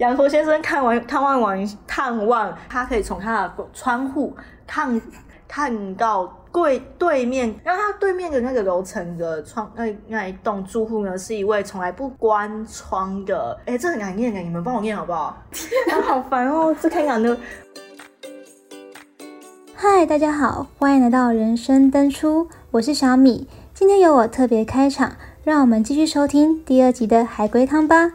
羊驼先生看完探望完探望，他可以从他的窗户看看到柜对面，然后他对面的那个楼层的窗那那一栋住户呢，是一位从来不关窗的，哎，这很难念的，你们帮我念好不好？天啊，好烦哦，这开港的。嗨，大家好，欢迎来到人生登出，我是小米。今天由我特别开场，让我们继续收听第二集的海龟汤吧。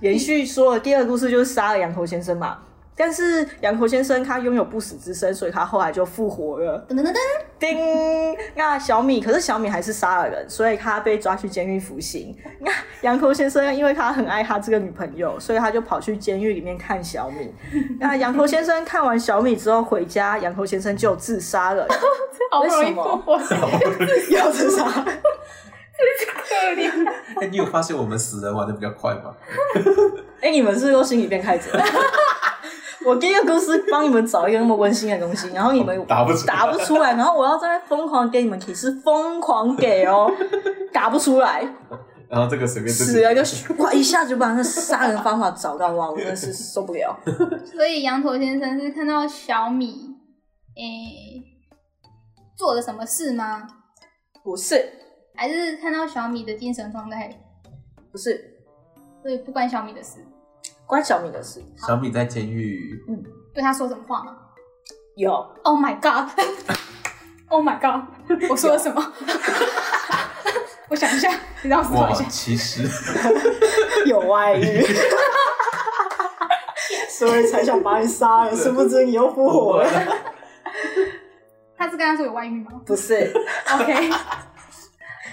延续说的第二个故事就是杀了羊驼先生嘛，但是羊驼先生他拥有不死之身，所以他后来就复活了。噔噔噔噔，叮，那小米，可是小米还是杀了人，所以他被抓去监狱服刑。那杨阔先生因为他很爱他这个女朋友，所以他就跑去监狱里面看小米。那杨阔先生看完小米之后回家，杨阔先生就自杀 了。好不容为易什么过关，要自杀？可怜。哎，你有发现我们死人玩的比较快吗？哎、你们是不是都心理变态者？ 我第一个公司帮你们找一个那么温馨的东西，然后你们答哦不出来答不出来，然后我要在那疯狂给你们提示，疯狂给哦，答不出来，然后这个随便自死己了就哇一下就把那杀人方法找到哇，我真的是受不了。所以羊驼先生是看到小米，诶、做了什么事吗？不是，还是看到小米的精神状态，不是所以不关小米的事，关小米的事，小米在监狱，对他说什么话吗有？Oh my god! Oh my god! 我说了什么？我想一下，你让我思考哇一下，。其实有外遇。 所以才想把你杀了，殊不知你又复 活了。他是跟他说有外遇吗不是， ？OK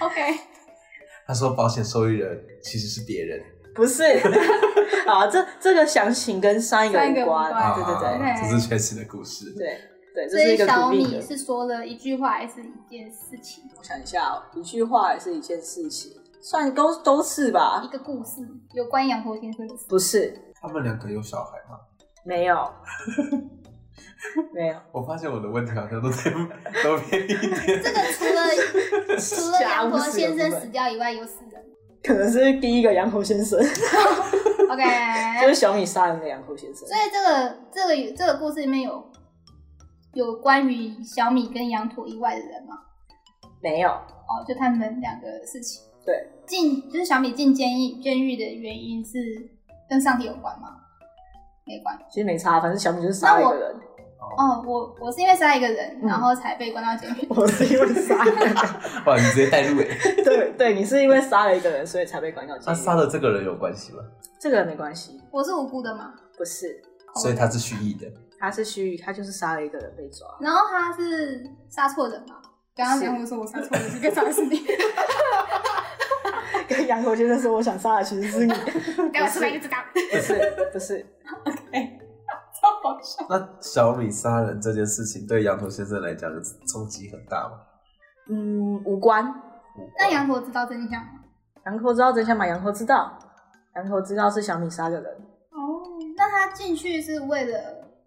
OK， 他说保险受益人其实是别人， 不是，啊，这这个详情跟上一个上一无个无关，关对对对。啊对这是全新的故事。对对，这所是一以个小苦命米的。是说了一句话还是一件事情？我想一下哦，一句话也是一件事情，算都都是吧一？个故事，有关羊驼先生的事。不是，他们两个有小孩吗？没有， 没有。我发现我的问题好像都在都偏一点。这个除了除了羊驼先生死掉以外，有死人。可能是第一个羊头先生， OK，就是小米杀人的羊头先生哎所。以这个这个这个故事里面有有关于小米跟羊驼以外的人嘛？没有，哦，就他们两个事情。对，进就是小米进监狱监狱的原因是跟上帝有关吗？没关。其实没差，反正小米就是杀了一个人。 哦，我我是因为杀一个人，嗯然后才被关到监狱。我是因为杀了一个人，哇，你直接带入诶。 对对，你是因为杀了一个人，所以才被关到监他狱。啊杀了这个人有关系吗？这个人没关系，我是无辜的嘛？不是，所以他是蓄意的。他是虚，他就是杀了一个人被抓。然后他是杀错人嘛？刚刚是杨虎说我杀错人，你跟杀的是你，跟羊头先生说，我想杀的其实是你，待会出来一个子弹，不是不是，超好笑。那小米杀人这件事情对羊驼先生来讲冲击很大吗？嗯，无关。那杨虎知道真相吗？羊驼知道真相吗？羊驼知道，羊驼知道是小米杀的人。哦，那他进去是为了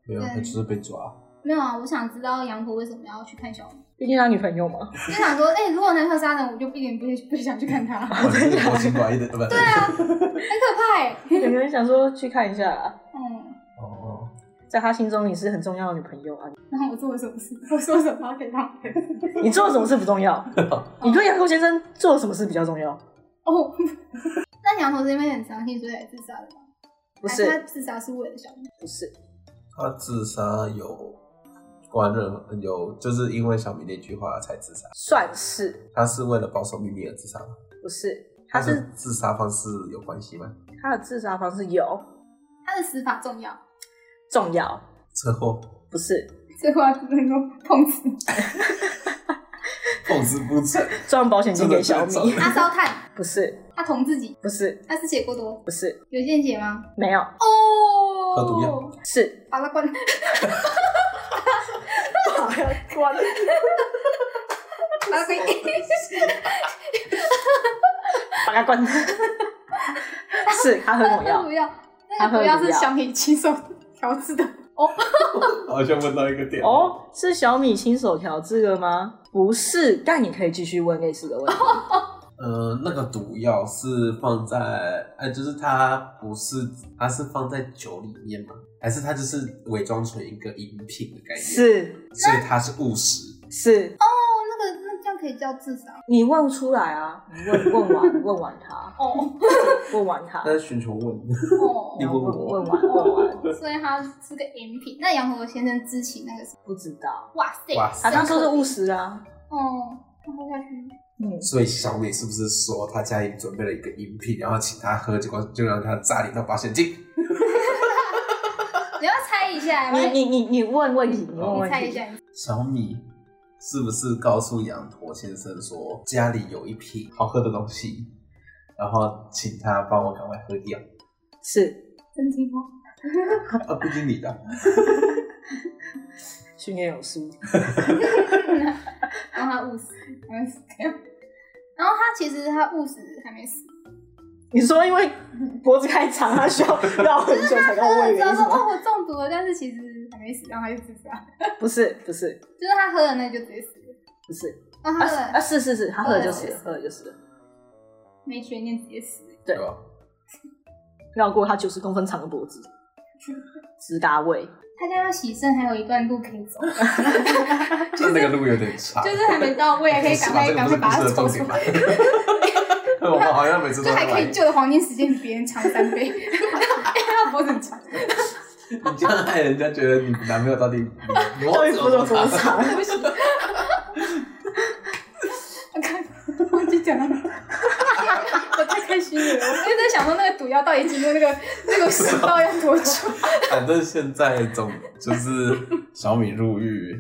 没有，他就是被抓。没有啊？我想知道杨虎为什么要去看小红，毕竟他女朋友嘛，就想说，哎、如果男朋友杀人，我就一点不 不想去看他，很哇，你这个薄情寡义的，对吧？对啊。可怕、欸。有人想说去看一下啦，嗯，哦，在他心中你是很重要的女朋友啊。然后我做了什么事？我说什么给他？你做了什么事不重要，你对杨驼先生做了什么事比较重要？哦， 那杨虎是因为很伤心，所以才自杀的吗？不还他是，自杀是为了小红。不是，他自杀有关任何有，就是因为小米那句话才自杀。算是，他是为了保守秘密而自杀吗？不是，他他是的自杀方式有关系吗？ 他的自杀方式有他的死法重要，重要，车 祸不是这话只能够碰瓷。控制不成，撞保险金给小真的米真，的他烧炭，不是，他捅自己，不是，他是血过多，不是，有见解吗？没有，哦，喝毒药，是把他关。关把他关。 把他关，是他喝农药 不，要，那个不要是小米亲手调制 的。好像问到一个点。哦，哦是小米亲手调制的吗？不是，但你可以继续问类似的问题。呃，那个毒药是放在，呃，就是它不是，它是放在酒里面吗？还是它就是伪装成一个饮品的概念？，是所以它是误食。是，那个那这样可以叫自杀你问出来啊，你问问完问完他，哦 问完他，那寻求问，哦，你然问后我问问完问完，所以它是个饮品。那杨和先生之前那个是，不知道，哇塞，哇他塞刚说是深刻务实啊，哦，那喝下去，嗯，所以小美是不是说她家里准备了一个饮品，然后请他喝，结果就让他炸脸到八仙镜？你要猜一下， 你你你你你问问题，你问问猜一题，下，小米是不是告诉羊驼先生说家里有一瓶好喝的东西，然后请他帮我赶快喝掉？是真心话。啊，不经你的，训练有素，然后他误死，还没死掉。然后他其实他误死还没死，你说因为脖子太长，他需要绕很久才到喝胃了之源，后是说吗？ 哦我中毒了，但是其实还没死，然后他就自杀，不是不是就是他喝了那就直接死了。不是，然后啊他是喝啊了是是是，他喝了就死了，喝喝了就死了，没悬念直接死，对吧？绕过他九十公分长的脖 子，直达胃，他家要洗肾还有一段路可以走，就那个路有点长，就是还没到位，可以赶快赶快把它抽出来， 我们好像每次都就还可以救的黄金时间比别人长三倍， 因为他脖子很长， 你这样害人家觉得你男朋友到底你到底脖子有多长？长？不行。 我看忘记讲了， 我太开心了，我就在想说那个毒药到底经过那个那个食道要多久？反正现在总就是小米入狱，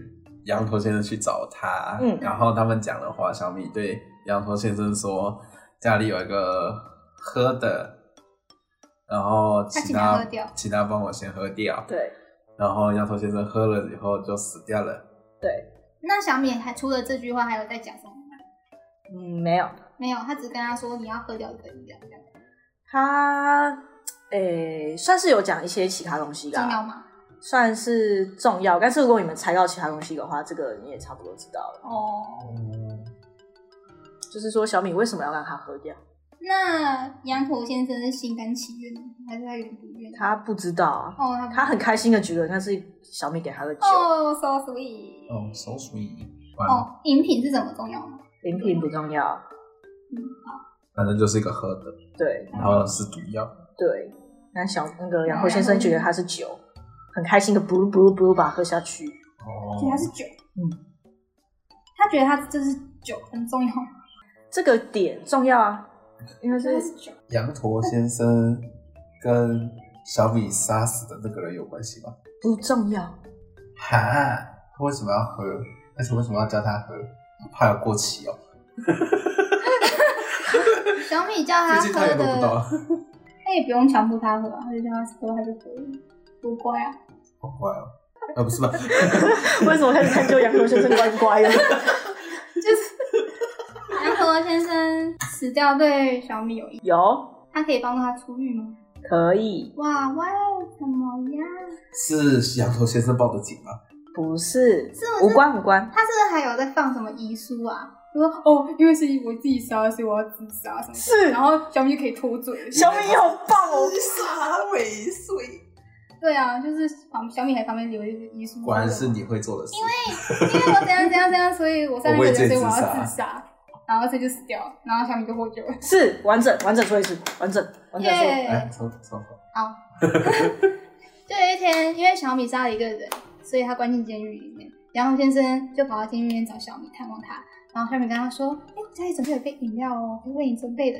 羊驼先生去找他，嗯然后他们讲的话，小米对羊驼先生说家里有一个喝的，然后他请请他他喝掉请他帮我先喝掉，对然后羊驼先生喝了以后就死掉了。对， 那小米还除了这句话，还有在讲什么吗？嗯，没有。没有，他只跟他说你要喝掉一个饮料，这样他诶、算是有讲一些其他东西重要啦，吗？算是重要。但是如果你们猜到其他东西的话，这个你也差不多知道了。哦，就是说，小米为什么要让他喝掉？那羊驼先生是心甘情愿的吗，还是他有点不愿意？他不知道啊，哦，他不他很开心的觉得那是小米给他的酒，哦，so sweet。哦，手属于完了，哦，饮品是怎么重要吗？饮品不重要。反正就是一个喝的，对然后是毒药。对，那小那个杨慧先生觉得他是酒，很开心的不噜不噜不噜把它喝下去。哦所以他是酒。嗯，他觉得他这是酒很重要，这个点重要啊，因为所以他是是酒。羊驼先生跟小米杀死的那个人有关系吗？不重要。哈，他为什么要喝？而且为什么要叫他喝？怕有过期哦。小米叫他最近喝他也都不的，到， 他也不用强迫他喝啊，他就叫他喝，他就喝了，多乖啊！好怪哦。啊，不是吧？ 为什么开始探究杨慧先生乖不乖了？南河先生死掉对小米有益，有，他可以帮助他出狱吗？可以。哇哇，怎么样？是羊驼先生报的警吗？不是，是我无是关无关，他是不是还有在放什么遗书啊？他说哦，因为是我自己杀，所以我要自杀 什么的。是然后小米就可以脱罪。小米你好棒哦！杀未遂，对啊，就是旁小米还旁边留一个遗书。果然是你会做的事。因为我怎样怎样怎样，所以我杀那个我畏罪人，所以我自杀要自杀。然后这就死掉了，然后小米就获救了。是完整完整说一次，完整完整说。耶、哎，从从头就有一天，因为小米杀了一个人，所以他关进监狱里面。然后先生就跑到监狱里面找小米探望他，然后小米跟他说：“哎、家里准备有杯饮料哦，是为你准备的。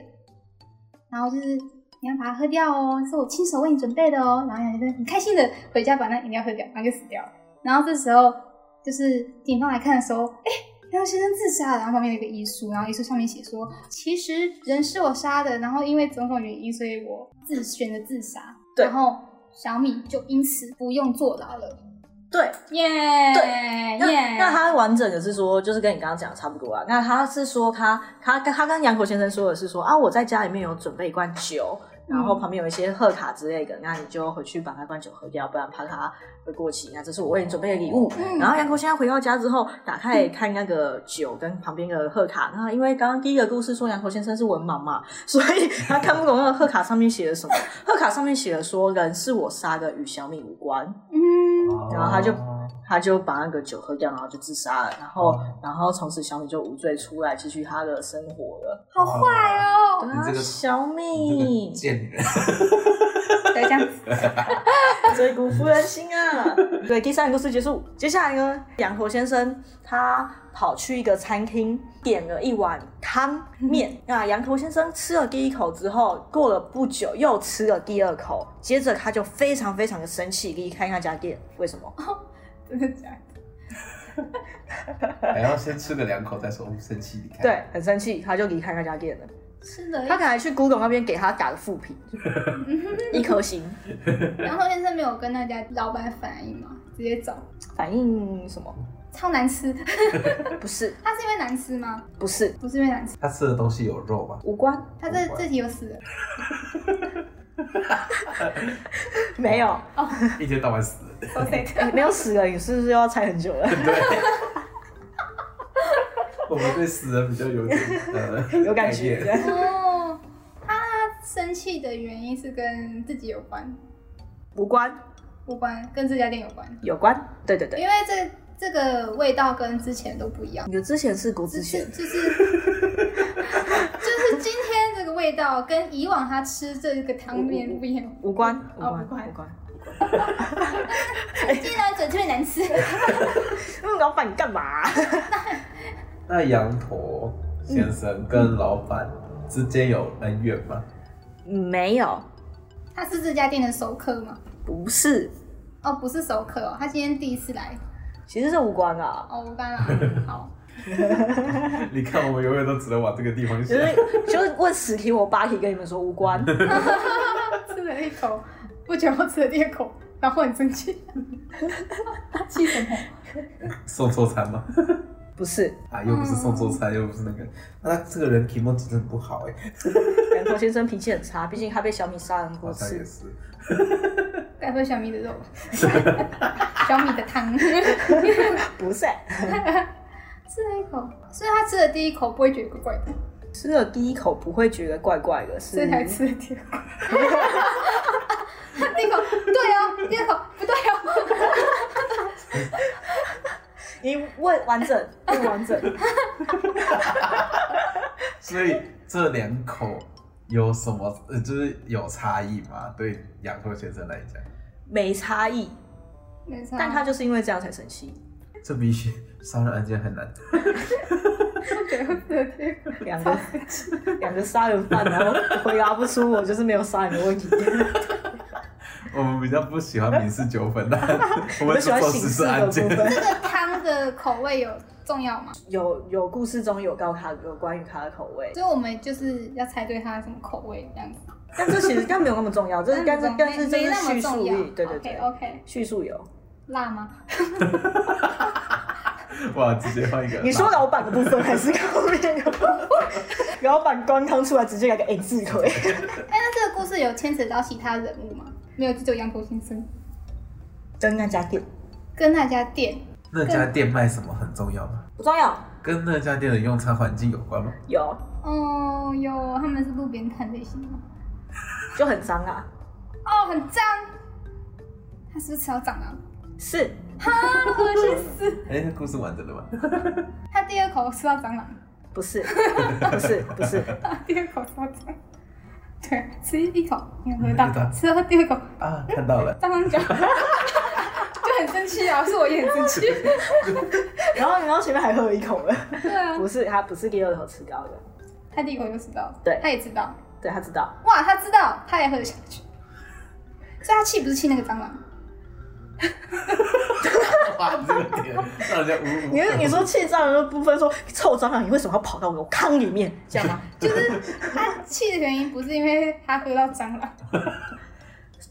然后就是你要把它喝掉哦，是我亲手为你准备的哦。”然后杨先生很开心的回家把那饮料喝掉，然后就死掉了。然后这时候就是警方来看的时候，哎、杨先生自杀了，然后旁边有一个遗书，然后遗书上面写说，其实人是我杀的，然后因为种种原因，所以我自选择自杀。对然后小米就因此不用坐牢了，对，耶那耶！那他完整的是说，就是跟你刚刚讲的差不多啊。那他是说他他跟他跟杨口先生说的是说啊，我在家里面有准备一罐酒，然后旁边有一些贺卡之类的，那你就回去把那罐酒喝掉，不然怕它会过期。那这是我为你准备的礼物。嗯然后杨口现在回到家之后，打开看那个酒跟旁边的贺卡，那因为刚刚第一个故事说杨口先生是文盲嘛，所以他看不懂那个贺卡上面写的什么。贺卡上面写的说人是我杀的，与小米无关。嗯，然后他就哦他就把那个酒喝掉，然后就自杀了。然后，然后从此小米就无罪出来，继续他的生活了。好坏哦，啊你这个小米你这个贱 人，不要这样子，最辜负人心啊！ 对，第三个故事结束。接下来呢，羊头先生他跑去一个餐厅，点了一碗汤嗯面。那羊头先生吃了第一口之后，过了不久又吃了第二口，接着他就非常非常的生气，离开那家店。为什么？哦真的假的？还要先吃个两口再说，生气离开。，对，很生气，他就离开那家店了。是的，他可能还去 Google 那边给他打个负评，一颗星。杨头先生没有跟那家老板反映吗？直接走，反应什么？超难吃。不是，他是因为难吃吗？不是，不是因为难吃，他吃的东西有肉吗？无关，他这这题又死 了。没有，一天到晚死 人。 So sad 哎没有死人，你是不是又要猜很久了？我们对死人比较有点呃 有感觉概这念样？ 哦，他生气的原因是跟自己有关，无关，无关跟这家店有关，有关，对对对。因为这这个味道跟之前都不一样。你的之前是国就之是前，就是 就是今天这个味道跟以往他吃这个汤面不一样，无关，无哦关，无关无关。今天呢嘴特别难吃。 嗯，老板你干嘛？ 那羊驼先生跟老板之间有恩怨吗？没有，他是这家店的熟客吗？不是，哦，不是熟客哦，他今天第一次来。其实是无关啊。哦，我刚了。好，你看，我们永远都只能往这个地方就想。是就是问十题，我八题跟你们说无关，吃了一口，不久后吃了第二口，然后很生气， 气什么？送错餐吗？不是。啊，又不是送错餐，又不是那个。那他这个人皮梦真的很不好哎、杨头先生脾气很差，毕竟他被小米杀人好过像哦也次。是。该不会小米的肉吧？小米的汤， 不是，吃了一口，所以他吃了第一口不会觉得怪怪的，吃了第一口不会觉得怪怪的，是所以才吃了第 二口。第一口对哦，第二口不对哦，你问完 整，问完整，所以这两口有什么？呃，就是有差异吗？对杨拓先生来讲，没差异，没错。但他就是因为这样才生气。这比起 杀人案件很难。对，我吃了第二口。两个 两个杀人犯，然后回答不出我就是没有杀人的 问题。我们比较不喜欢民事纠 纷的，啊我我们只喜欢做刑实事事的案件部。分。这个汤的口味有重要吗？有有故事中有告他有关于他的口味，所以我们就是要猜对它什么口味这样子。但这其实但没有那么重要，这是但是但是这嗯没是没那叙么述重要力，。对对对 OK，, o k 叙述有。辣吗？哇，直接换一个。你说老板的部分还是后面的 部分？老板官腔出来直接来个 A 字 腿，哎，那这个故事有牵扯到其他人物吗？没有，就只有杨头先生跟那家店跟那家店。那家店卖什么很重要吗？不重要，跟那家店的用餐环境有关吗？有哦哟，他们是路边摊类型的吗？就很脏啊，哦，很脏。他是不是吃到蟑 螂？是啊，恶心死！哎、故事完整了吗？他第二口吃到蟑螂，不是？不是不 是，他第二口吃到蟑螂。 对，吃一口没有喝到没有喝，到吃到第二口啊，看到了，蟑螂 脚，就很生气啊！是我也很生气。然后然后前面还喝了一口 了，对啊，不是他不是第二口吃高的，他第一口就知道，对他也知道，对他知道。哇，他知道，他也喝得下去，所以他气不是气那个蟑螂，哇，你这个点让人家无 无。你是你说气蟑螂的部分说臭蟑螂，你为什么要跑到我坑里面？这样吗？就是他气的原因不是因为他喝到蟑螂，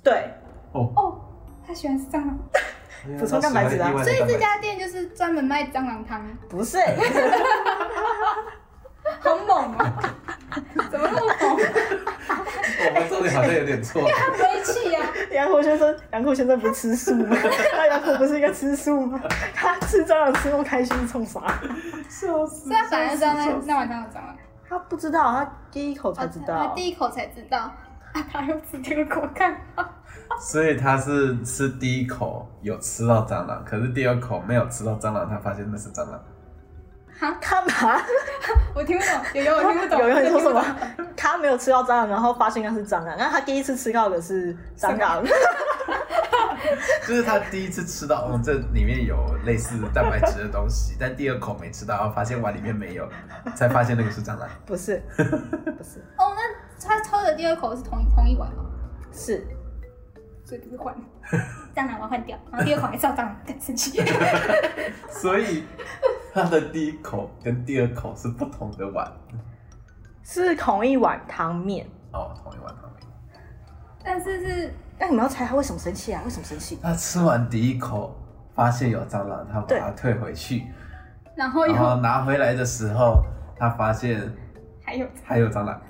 对，哦，哦，他喜欢吃蟑螂，补充蛋白质啊意外的所以蛋这白质家店就是专门卖蟑螂汤，不是， 好猛啊！怎么那么猛？哦我们终样好像有点错。悲气啊呀、 杨虎先生，杨虎先生不是吃素 吗？那杨虎不是应该吃素吗？他吃蟑螂吃那么开心，冲 啥？笑死！所以他本来知道那那碗汤有蟑螂，他不知道，他第一口才知哦道他。第一口才知道，啊，他又指这个口哦看， 所以他是吃第一口有吃到蟑螂，可是第二口没有吃到蟑螂，他发现那是蟑螂。干嘛？我听不懂，有 有我听不懂，有人说什么我听不懂？他没有吃到蟑螂，然后发现那是蟑螂，那他第一次吃到的是蟑螂。就是他第一次吃到，哦，这里面有类似蛋白质的东西，但第二口没吃到，然后发现碗里面没有，才发现那个是蟑螂。 不是，不是，哦，那他抽的第二口是同同一碗吗？是所以不 是换，蟑螂我要换掉，然后第二口还是要蟑螂，更生气。 所以他的第一口跟第二口是不同的碗。是同一碗汤面。哦，同一碗汤面。但是是那你们要猜他为什么生气啊？为什么生气？他吃完第一口发现有蟑螂，他把它退回去，然后然后又拿回来的时候，他发现还有，还有蟑螂。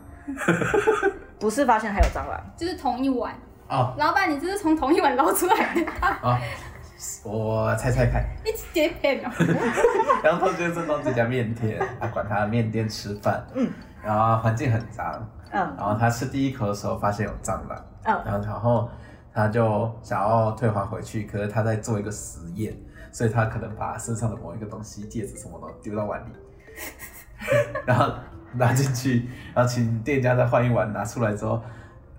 不是发现还有蟑螂，就是同一碗。哦老板，你这是从同一碗捞出来的，哦，我猜猜看。你直接哦 骗了。然后他就送到这家面店，他管他的面店吃饭，嗯，然后环境很脏，嗯然后他吃第一口的时候发现有蟑螂，嗯，然后然后他就想要退还回去，可是他在做一个实验，所以他可能把身上的某一个东西、戒指什么的丢到碗里， 然后拿进去，然后请店家再换一碗，拿出来之后，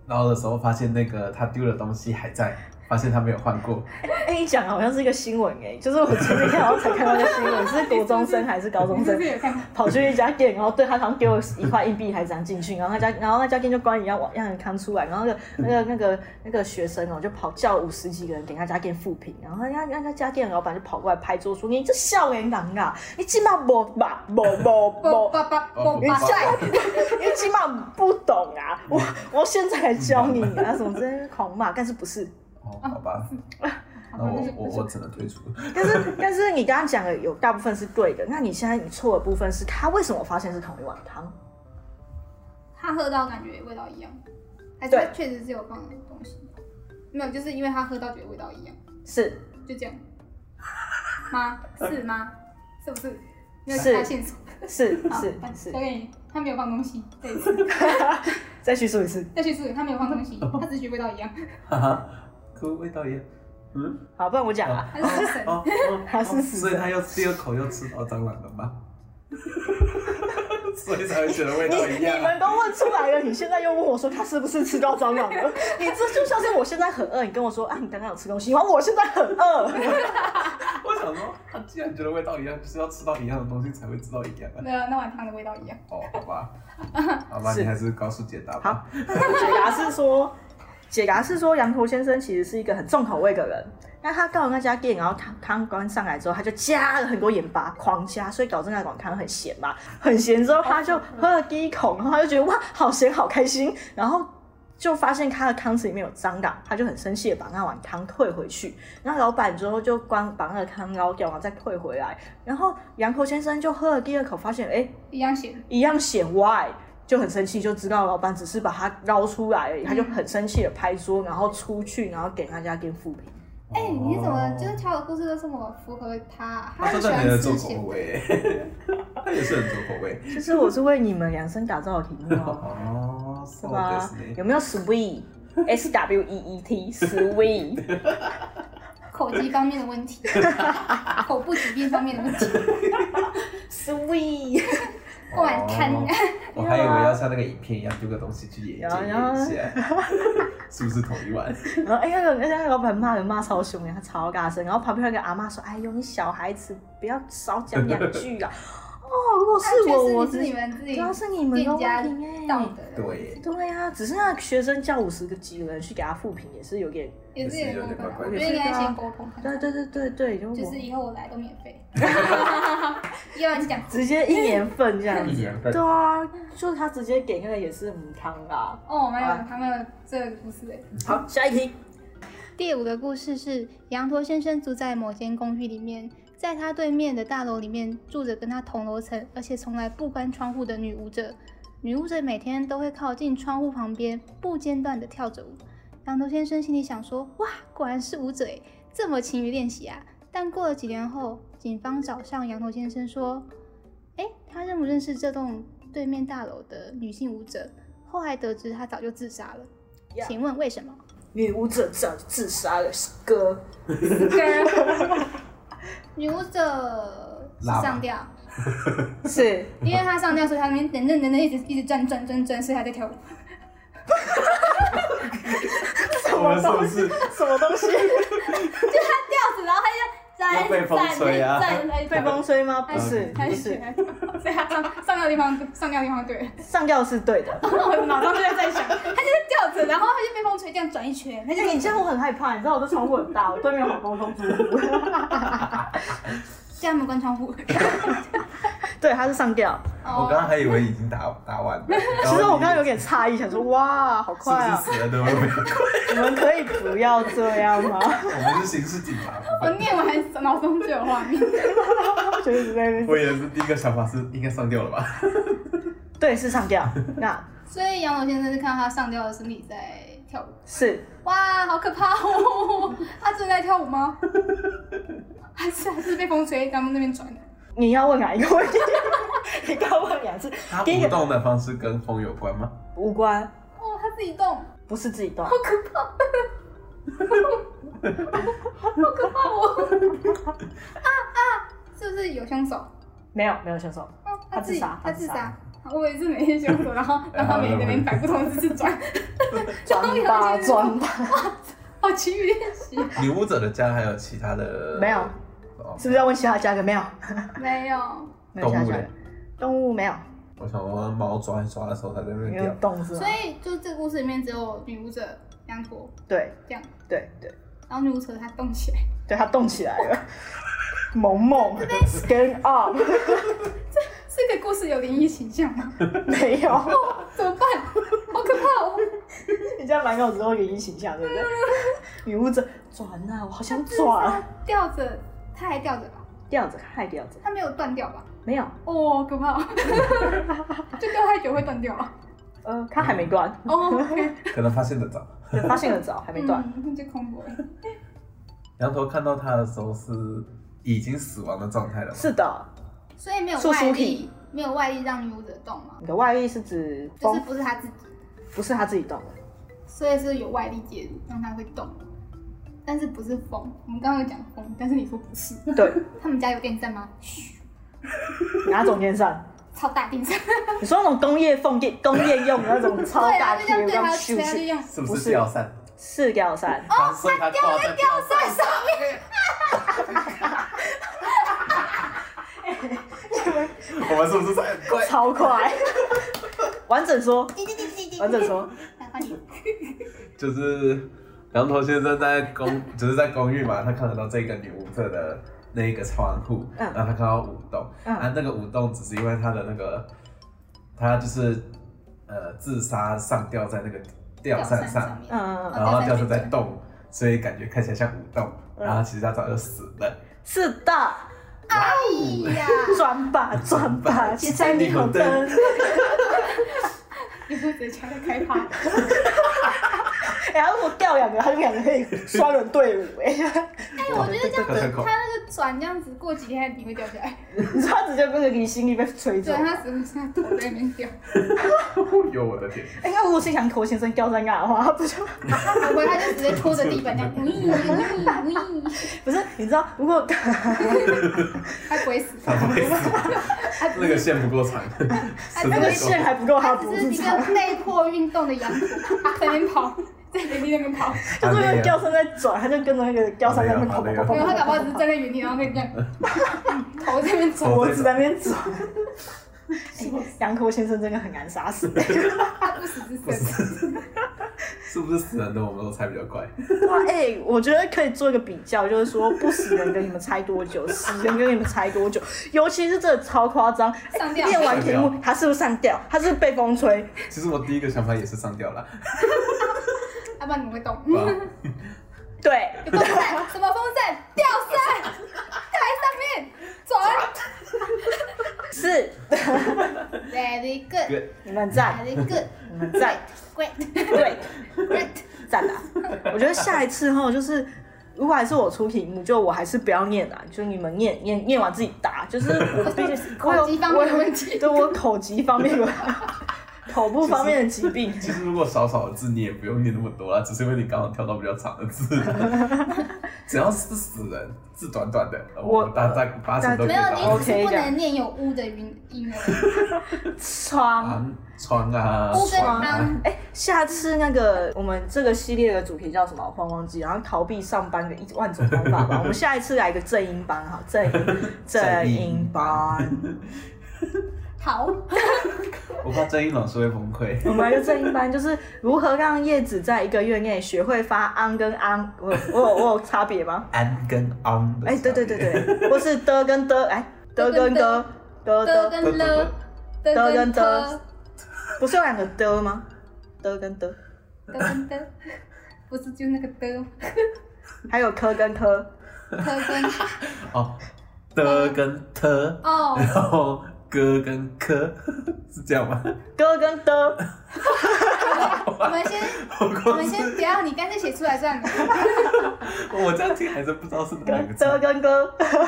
捞的时候发现那个他丢的东西还在，发现他没有换过，哎、你讲好像是一个新闻哎、就是我前几天好像才看到一个新闻，是国中生还是高中你是生不是有看到？跑去一家店，然后对他好像丢了一块硬币还是怎样进去，然后那家然后那家店就关一要让人看出来，然后那个那个那个那个学生哦、就跑叫五十几个人给那家店复评，然后那那那家店老板就跑过来拍桌说：“你这笑脸狼啊，你起码不吧不不不不不不哦不帅，你起码不懂啊，我我现在来教你啊，什么之类的 狂骂，但是不是？哦，好吧，好那吧我就是我我只能退出了。但是但是你刚刚讲的有大部分是对的，那你现在你错的部分是他为什么发现是同一碗汤？他喝到感觉味道一样，还是对确实是有放东西，没有，就是因为他喝到觉得味道一样，是就这样。吗？是吗？是不呃是？没有是其他线索。是好是反交是，给你，他没有放东西。再一次，再叙述一次。再去试，他没有放东西，他只是觉得味道一样，哈哈，可味道也，嗯，好，不然我讲啊。他是神。哦，哦它是哦死的所以他又第二口又吃到蟑螂了吗？ 所以才会觉得味你道一你样啊们都问出来了，你现在又问我说他是不是吃到蟑螂了？你这就像是我现在很饿，你跟我说啊，你刚刚有吃东西吗？我现在很饿，啊。我想说，他既然觉得味道一样，就是要吃到一样的东西才会知道一样啊。没有，那碗汤的味道一样。哦，好吧，好吧，是你还是告诉解答吧。解答是说，解答是说，羊驼先生其实是一个很重口味的人。那他到了那家店，然后汤汤端上来之后，他就加了很多盐巴，狂加，所以导致那碗汤很咸嘛。很咸之后，他就喝了第一口，然后他就觉得哇，好咸，好开心。然后就发现他的汤匙里面有蟑螂，他就很生气的把那碗汤退回去。那老板之后就光把那个汤捞掉，然后再退回来。然后羊驼先生就喝了第二口，发现哎，诶一样咸，一样写 why，就很生气，就知道老板只是把他捞出来而已，他就很生气的拍桌，然后出去，然后给那家店复评。哎、你怎么哦就是挑的故事都这么符合他？他很真喜的欢很有吃重口咸的。味， 他也是很重口味。其实我是为你们量身打造的题目 啊，哦，是是吧？有呢。没有 sweet？S W E E T sweet，口疾方面的问 题，口部疾病方面的问哦题， sweet，不碗看 哦我还以为要像那个影片一样丢个东西去研究有啊一下， 是不是同一碗？然后哎、那个那个老板骂人骂超凶的，他超大声，然后旁边那个阿妈说：“哎呦，你小孩子不要少讲两句啊！”哦，如果是我，我但只确实是你们自己主要是你们的店家问题耶道德的问题，对，对呀、啊，只是那学生叫五十个几个人去给他复评，也是有点。也是有啊点也是有点过怪怪分。的我觉得应该先沟通看对看，对对对对，就我就是以后我来都免费， 要不然你讲直接一年份这样 一子。年份对。啊，就是他直接给那个也是母汤啦。哦，蛮有他们有这个故事的。嗯好，下一题。第五个故事是羊驼先生住在某间公寓里面，在他对面的大楼里面住着跟他同楼层，而且从来不关窗户的女舞者。女舞者每天都会靠近窗户旁边，不间断地跳着舞。羊头先生心里想说：“哇，果然是舞者诶，这么勤于练习啊！”但过了几年后，警方找上羊头先生说：“哎，他认不认识这栋对面大楼的女性舞者？”后来得知她早就自杀了。 Yeah 请问为什么？女舞者早就自杀了，是哥。 女舞者是拉吧上吊，是因为她上吊，所以她那边等等等等一直一直转转转转，所以她在跳舞。我们是不是 什么东西？吊子，然后她就要被风吹啊站站被风吹吗？哎不是，开不始，是，所以他上上吊的地方上吊的地方对了，上吊是对的。然后我脑中就在在想，他就是吊着，然后他就被风吹这样转一圈，他就 哎、你这样我很害怕，你知道我的窗户很大，我对面有好多通租户。叫他们关窗 户。 哦对，他是上吊。我刚刚还以为已经打打完了，其其实我刚刚有点诧异，想说哇，好是快不啊！是死了都没有快？你们可以不要这样吗？ 我们是刑事警察部我分。念完脑中就有画面，我觉得一直在那边 我也是第一个想法是应该上吊了吧？对，是上吊。那所以杨柳先生是看到他上吊的身体在跳舞，是哇，好可怕哦！他真的在跳 舞吗？还是还是被风吹，他们那边转的？你要问哪一个问题？你刚问两次，他第一个舞动的方式跟风有关吗？无关，哦，他自己动，好不是自己动。可怕，好可怕哦！啊 啊，是不是有凶手？没有，没有凶手。哦他自杀他他自自杀杀。我也是每天凶手，然后然后每天在那边摆不同的姿 势转，装吧，装吧，好勤于练习。女舞者的家还有其他的没有哦是不是要问其他家的？没有，没有，没有其他动物家嘞的。动物没有，我想我猫抓一抓的时候，它在那没边有掉。动是吗所？以就这个故事里面只有女舞者羊驼对这样，对对然后女舞者她动起来，对，它动起来了。萌萌，stand up，这个故事有灵异形象 吗？没有，怎么办？好可怕哦！你这样满脑子都灵异形象，对不对？女巫者转啊呐，我好想转，吊着，她还吊着吧？吊着还吊着，她没有断掉吧？没有，哦，好可怕哦！ 就吊太久会断掉了。呃，它还没断， 哦，可能发现得早。对发现的早，还没断，嗯，就空搏。羊头看到它的时候是已经死亡的状态了吗？是的，所以没有素外食力体，没有外力让女舞者动嘛，你的外力是指就是风，不是她自己。不是它自己动的， 所以是有外力介入让它会动，但是不是风？我们刚刚有讲风，但是你说不是。对，他们家有电扇吗？嘘，拿总电扇，超大电扇。你说那种工业风 电工业用的那种超对大啊，的就这那样对种它咻吹，它就这咻，样。是不不是是吊扇？是吊扇，哦，所以它吊在吊在上面，上。我们是不是在很怪？超快，哦完整说，完整说，来换你。就是羊头先生在公，就是在公寓嘛，他看得到这个女舞者的那一个窗户，嗯然后他看到舞动，嗯啊，那个舞动只是因为他的那个，他就是呃自杀上吊在那个吊扇上，面。嗯。然后吊扇在动，所以感觉看起来像舞动，嗯然后其实他早就死了。是的，哎呀，转吧转吧，去猜霓虹灯。你会直接在开趴。哎、他如果掉两个，他就两个可以双人队伍、哎， 哎，我觉得这样这个很子，恐怖它那个转这样子，过几天你会掉下 来。你知道他直接跟着离心力被吹走对，。它只是像头在那边 掉。哦有我的天，哎，那如果是想口先生掉在那的话，他不就它不会，它就直接拖着地板这样，喂喂喂，不是？你知道，如果它不会死。他不会死，它不那个线不够长，哎绳那个子不够 线还不够，他他不只是是一长，个被迫运动的羊驼，在那边跑， 在原地那边跑。就是啊那个吊绳在转，他就跟着那个吊绳在那边跑跑跑没有，他搞跑不好只是站在原地，然后那 边头这边跑，转，脖子在那边 转。哎杨口先生真的很难杀死、 他不死之身。是不是死人的我们都猜比较怪？哇，哎、我觉得可以做一个比较，就是说不死人跟你们猜多久，死人跟你们猜多久，尤其是这超夸张，哎上吊念完题目上吊他是不是上吊？他是不是被风吹？其实我第一个想法也是上吊了，要不然你会动。嗯哇对，有风扇，什么风扇？吊扇，在上面转。是 Very good。对你们很赞，还是 good 很赞， great 对， great，赞啦！我觉得下一次哈，就是如果还是我出题目，就我还是不要念啦，就是你们念念念完自己答，就是 我毕竟我有口疾方面的问题我有 对我口疾方面 的口部方面的疾病，其实如果少少的字你也不用念那么多啦，只是因为你刚好跳到比较长 的字，只要是死人字短短的，我我们大概八成都可没以有，答你到只是 OK，不这样能念有乌的音音而已。疮。船船啊，乌跟船啊安，哎，下次那个我们这个系列的主题叫什么？我忽然忘记，然后逃避上班的一万种方法 吧。我们下一次来一个正音班哈，正音正音班， 好，我怕郑一老师会崩溃。我们来个正音班，就是如何让叶子在一个月内学会发安跟安，我我有我有差别吗？安跟昂的，哎，对对对，对，或是的跟的，哎，的跟的，的的的，跟了，的得跟跟的得，不是有两个的吗？的跟的，的跟的，不是就那个的吗，还有科跟科，的跟哦，的跟特，哦，然后哥跟科，是这样吗？哥跟的，我们先我我光们是先不要，你干脆写出来算了。我这样听还真不知道是哪个跟字的跟哥。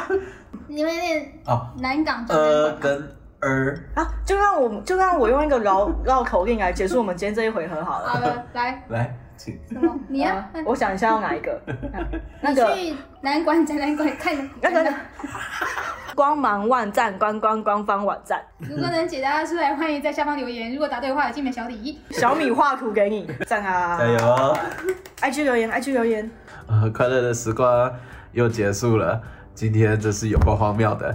你们念哦，南港中呃南港，跟 er，儿，啊，就让我就让我用一个绕绕口令来结束我们今天这一回合好了。好了，来来，请什么？你啊呀，我想一下要哪 一个，啊那你个去南馆展览馆 看那个展览光芒万丈，观光官方网站，如果能解答出来，欢迎在下方留言。如果答对的话，有精美小礼。小米画图给你，赞啊！加油！ ！IG 留言，IG 留言，呃，快乐的时光又结束了，今天真是有够荒谬的，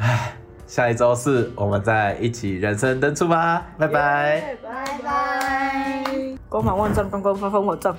唉，下一周四我们再一起人生登出吧，拜拜。拜拜！光芒万丈，观光官方网站。